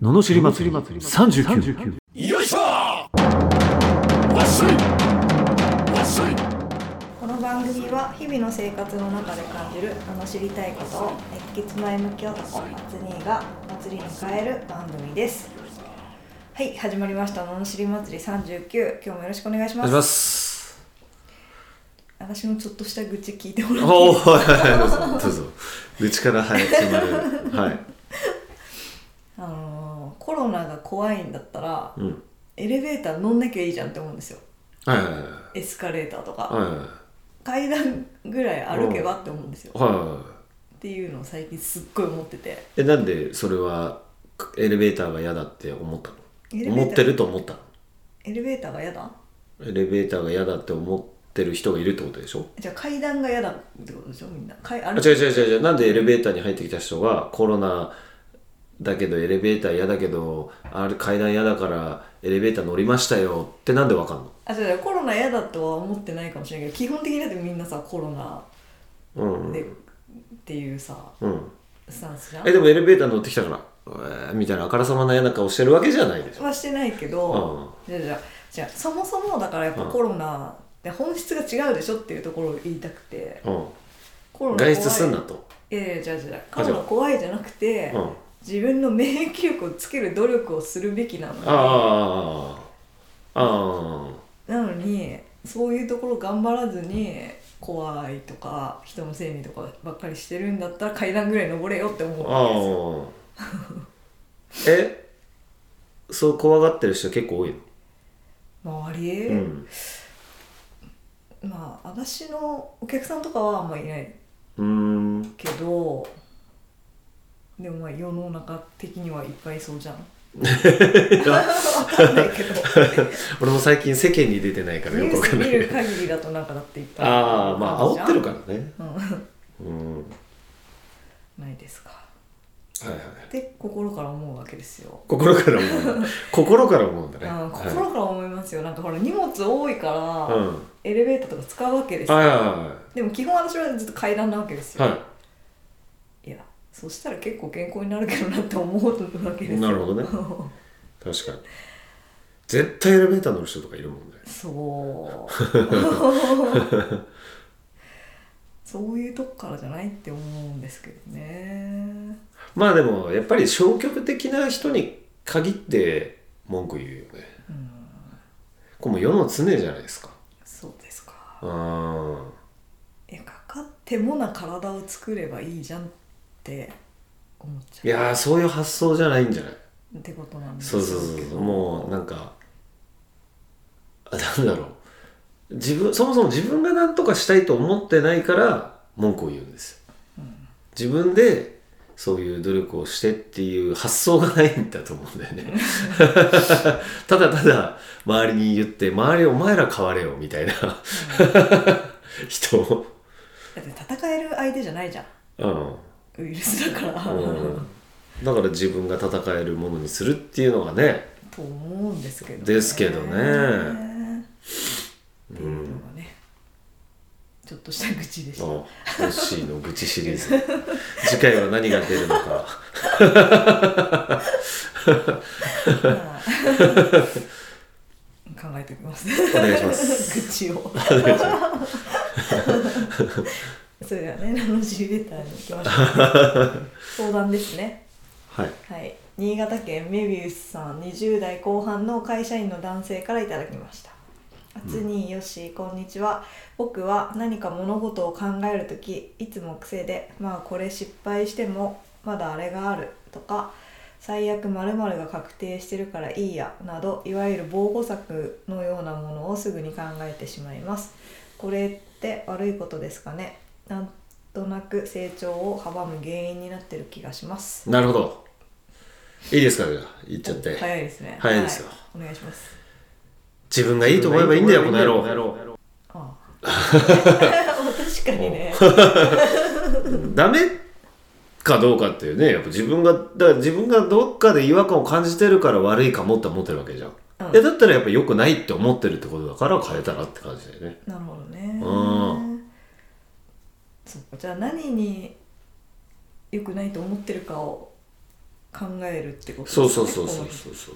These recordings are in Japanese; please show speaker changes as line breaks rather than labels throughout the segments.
ののしり祭り39
よいしょわっしょいわっしょい
この番組は日々の生活の中で感じるあの知りたいことを熱血前向き男マツニーが祭りに変える番組ですはい始まりました「ののしり祭り39」今日もよろしくお願いし
お
ま
願いしま
す
す
私のちょっとした愚痴聞いてもらってい
おお
いですか
はいどうぞどうぞ愚痴からはい始まるはい
あのーコロナが怖いんだったら
うん
エレベーター乗んなきゃいいじゃんって思うんですよ
はいはいはい
エスカレーターとか
はいはい
階段ぐらい歩けばって思うんですよ
はいは
っていうのを最近すっごい思ってて
いえなんでそれはエレベーターが嫌だって思った
エレベー
の
ター
思ってると思ったの
エレベーターが嫌だ
エレベーターが嫌だって思ってる人がいるってことでしょ
じゃあ階段が嫌だってことでしょみんな階
あ
歩
違う違う違う違うなんでエレベーターに入ってきた人がコロナだけどエレベーター嫌だけどあれ階段嫌だからエレベーター乗りましたよってなんでわかんの
あ違う違うコロナ嫌だとは思ってないかもしれないけど基本的にだってみんなさコロナ
うんう
で、
ん
っていうさ
うん
スタンスじゃ
え
ん
でもエレベーター乗ってきたからうえーみたいなあからさまな嫌な顔してるわけじゃないでしょ
はしてないけどじゃあじゃあじゃあそもそもだからやっぱ
うん
コロナで本質が違うでしょっていうところを言いたくて
う
コロ
ん
ナ怖
外
い
出すんなと
いやいやじゃあじゃあコ
あじゃあ
ロナ怖いじゃなくて、
うんあ
自分の免疫力をつける努力をするべきなのに
ああああ
なのにそういうところ頑張らずに怖いとか人のせいにとかばっかりしてるんだったら階段ぐらい登れよって思うわけですよ
ああえそう怖がってる人結構多いの
周り、
うん
まあ私のお客さんとかはあんまいないう
ーん
けどでもまあ世の中的にはいっぱいいそ うじゃんわかんないけど
俺も最近世間に出てないから
ニ
よ
ュ
くわか
ース
んな
見
い
る限りだとなんかだっていっぱい
ああまあ
る
煽
じゃん
ってるからね
うん
うんは
ないですか
いはい
って心から思うわけですよ
心から思うん だ心から思うんだね
あー
は
心から思いますよ、なんかほら荷物多いから、
いうん
エレベーターとか使うわけですよ
はいはいは
でも基本私はずっと階段なわけです
い
よ、、
はい
やそしたら結構健康になるけどなって思うわけですよ
なるほどね確かに絶対エレベーター乗る人とかいるもんね
そう そういうとこからじゃないって思うんですけどね
まあでもやっぱり消極的な人に限って文句言うよねこれもう世の常じゃないですか
そうですか
うん
いやかかってもな体を作ればいいじゃんって思っちゃう
いやーそういう発想じゃないんじゃない
ってことなんです
そうそうそうそうもうなんかあなんだろう自分そもそも自分が何とかしたいと思ってないから文句を言うんですよ、自分でそういう努力をしてっていう発想がないんだと思うんだよねただただ周りに言って周りお前ら変われよみたいな人を
だって戦える相手じゃないじゃん
うん
ウイルスだから、
うんだから自分が戦えるものにするっていうのがね
と思うんですけど
ですけどね
っていうのがね、ちょっとした愚痴でした
あ、ヨッシーの愚痴シリーズ。次回は何が出るのか。
まあ考えておきます
お願いします。
愚痴をそれではねナノジレーターに行きましょ う相談ですね
はい。
はい新潟県メビウスさん20代後半の会社員の男性からいただきましたあつにーよっしーこんにちは僕は何か物事を考える時いつも癖でまあこれ失敗してもまだあれがあるとか最悪〇〇が確定してるからいいやなどいわゆる防護策のようなものをすぐに考えてしまいますこれって悪いことですかねなんとなく成長を阻む原因になってる気がします
なるほど。いいですか、じゃあ、言っちゃって。
早いですね
早いですよ
はいお願いします
自分がいいと思えばいいんだよ、この野郎。
あ あ確かにね
ダメかどうかっていうね、やっぱ自分が、だから自分がどっかで違和感を感じてるから悪いかもって思ってるわけじゃん。
うん
いやだったらやっぱ良くないって思ってるってことだから変えたらって感じだよね。
なるほどね
うん
そっかじゃあ何に良くないと思ってるかを考えるってことです
そ
ね
うそうそうそう
この人
そうそう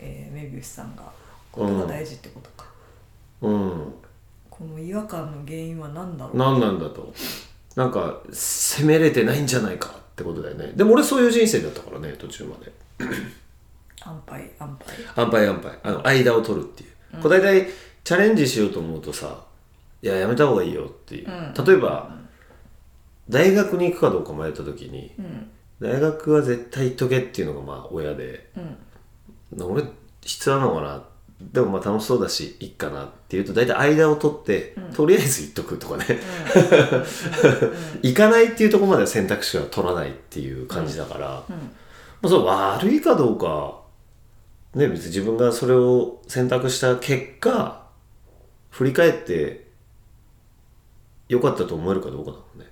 えーメビウスさんがことが大事ってことか、
そううん
この違和感の原因は何だろう
何なんだとなんか責めれてないんじゃないかってことだよねでも俺そういう人生だったからね途中まで
安牌安牌
安牌安牌あの間を取るっていう、これ大体チャレンジしようと思うとさいややめた方がいいよっていう、
う
例えば、大学に行くかどうか迷った時に
うん
大学は絶対行っとけっていうのがまあ親で
うん
俺必要なのかなでもまあ楽しそうだしいいかなっていうと大体間を取って、とりあえず行っとくとかね、 行かないっていうところまでは選択肢は取らないっていう感じだから、
んうん
まあ、それは悪いかどうか、ね、別に自分がそれを選択した結果振り返って良かったと思えるかどうかだもんね。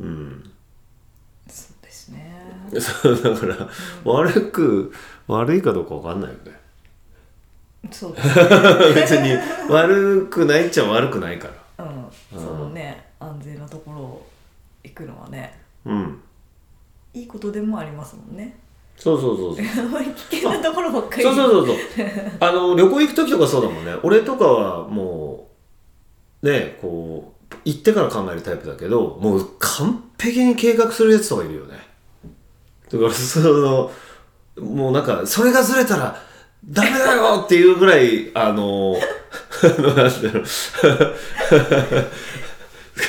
う
う
ん
ん、
そうですね
そうだから悪く悪いかどうか分かんないよね
そうですね
別に悪くないっちゃ悪くないから
うんそのね安全なところを行くのはね
うん
いいことでもありますもんね
そうそうそうそう
あんまり危険なところばっかり
そうそうそうそうあの旅行行く時とかそうだもんね俺とかはもうねこう行ってから考えるタイプだけどもう完璧に計画するやつとかいるよねだからそのもうなんかそれがずれたらダメだよっていうぐらいあのあのなんだろう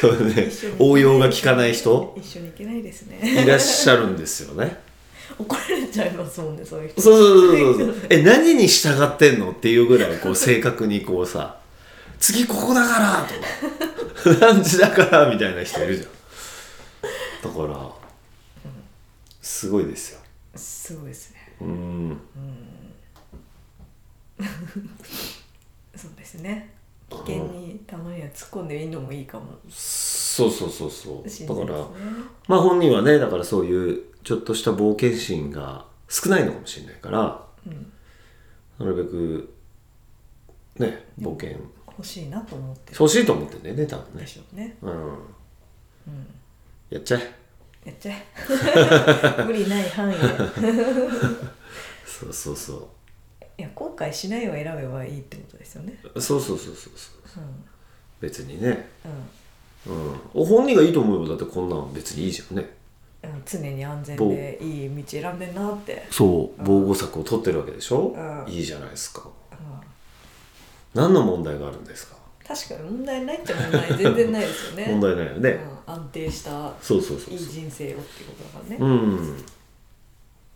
こうね
一緒に行けない
応用が利かない人
一緒に行けないです
い
ね
らっしゃるんですよね
怒られちゃいますもんねそういう人
そうそうそうそうそう え何に従ってんのっていうぐらいこう正確にこうさ「次ここだから」とか「何時だから」みたいな人いるじゃんだからすごいですよ
そうですね
うん
そうですね危険にたまには突っ込んでみるのもいいかも
そうそうそうそ
し
う
れ
だ
ない
か
で
ら
すね
まあ本人はねだからそういうちょっとした冒険心が少ないのかもしれないから、
うん
なるべくね冒険
欲しいなと思ってる
欲しいと思ってんだよね多分
で
ね
しょうね
うんやっちゃえ
やっちゃえ 無理ない範囲で
そうそうそう
いや後悔しないを選べばいいってことですよね
そうそうそうそうそう別にね、
うん、うん
うん、本人がいいと思えばだってこんなん別にいいじゃんね
うん常に安全でいい道選んでんなって、
そう防護策を取ってるわけでしょ、
うん
いいじゃないですか
うん、
何の問題があるんですか、
確かに問題ないっちゃ問 題全然ないですよね
問題ないよね、
うん、安定した
そうそうそ
いうい
そ
人生をっていうことだからね、
ううん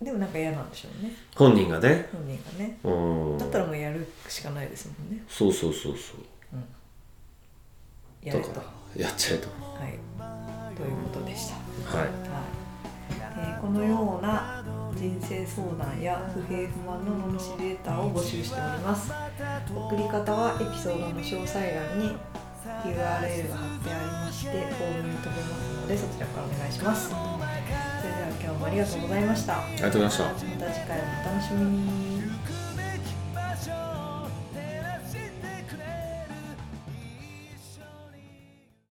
でもなんか嫌なんでしょうね
本人がね
本人がね
うん
だったらもうやるしかないですもんね
そうそうそうそう
や
だ
ると
か
は
らやっちゃえと
いということでした
はい
はいえーこのような人生相談や不平不満の罵りレターを募集しております送り方はエピソードの詳細欄に URL が貼ってありましてフォームに飛べますのでそちらからお願いしますそれでは今日もありがとうございましたま
ありがとうございました
た次回もお楽しみに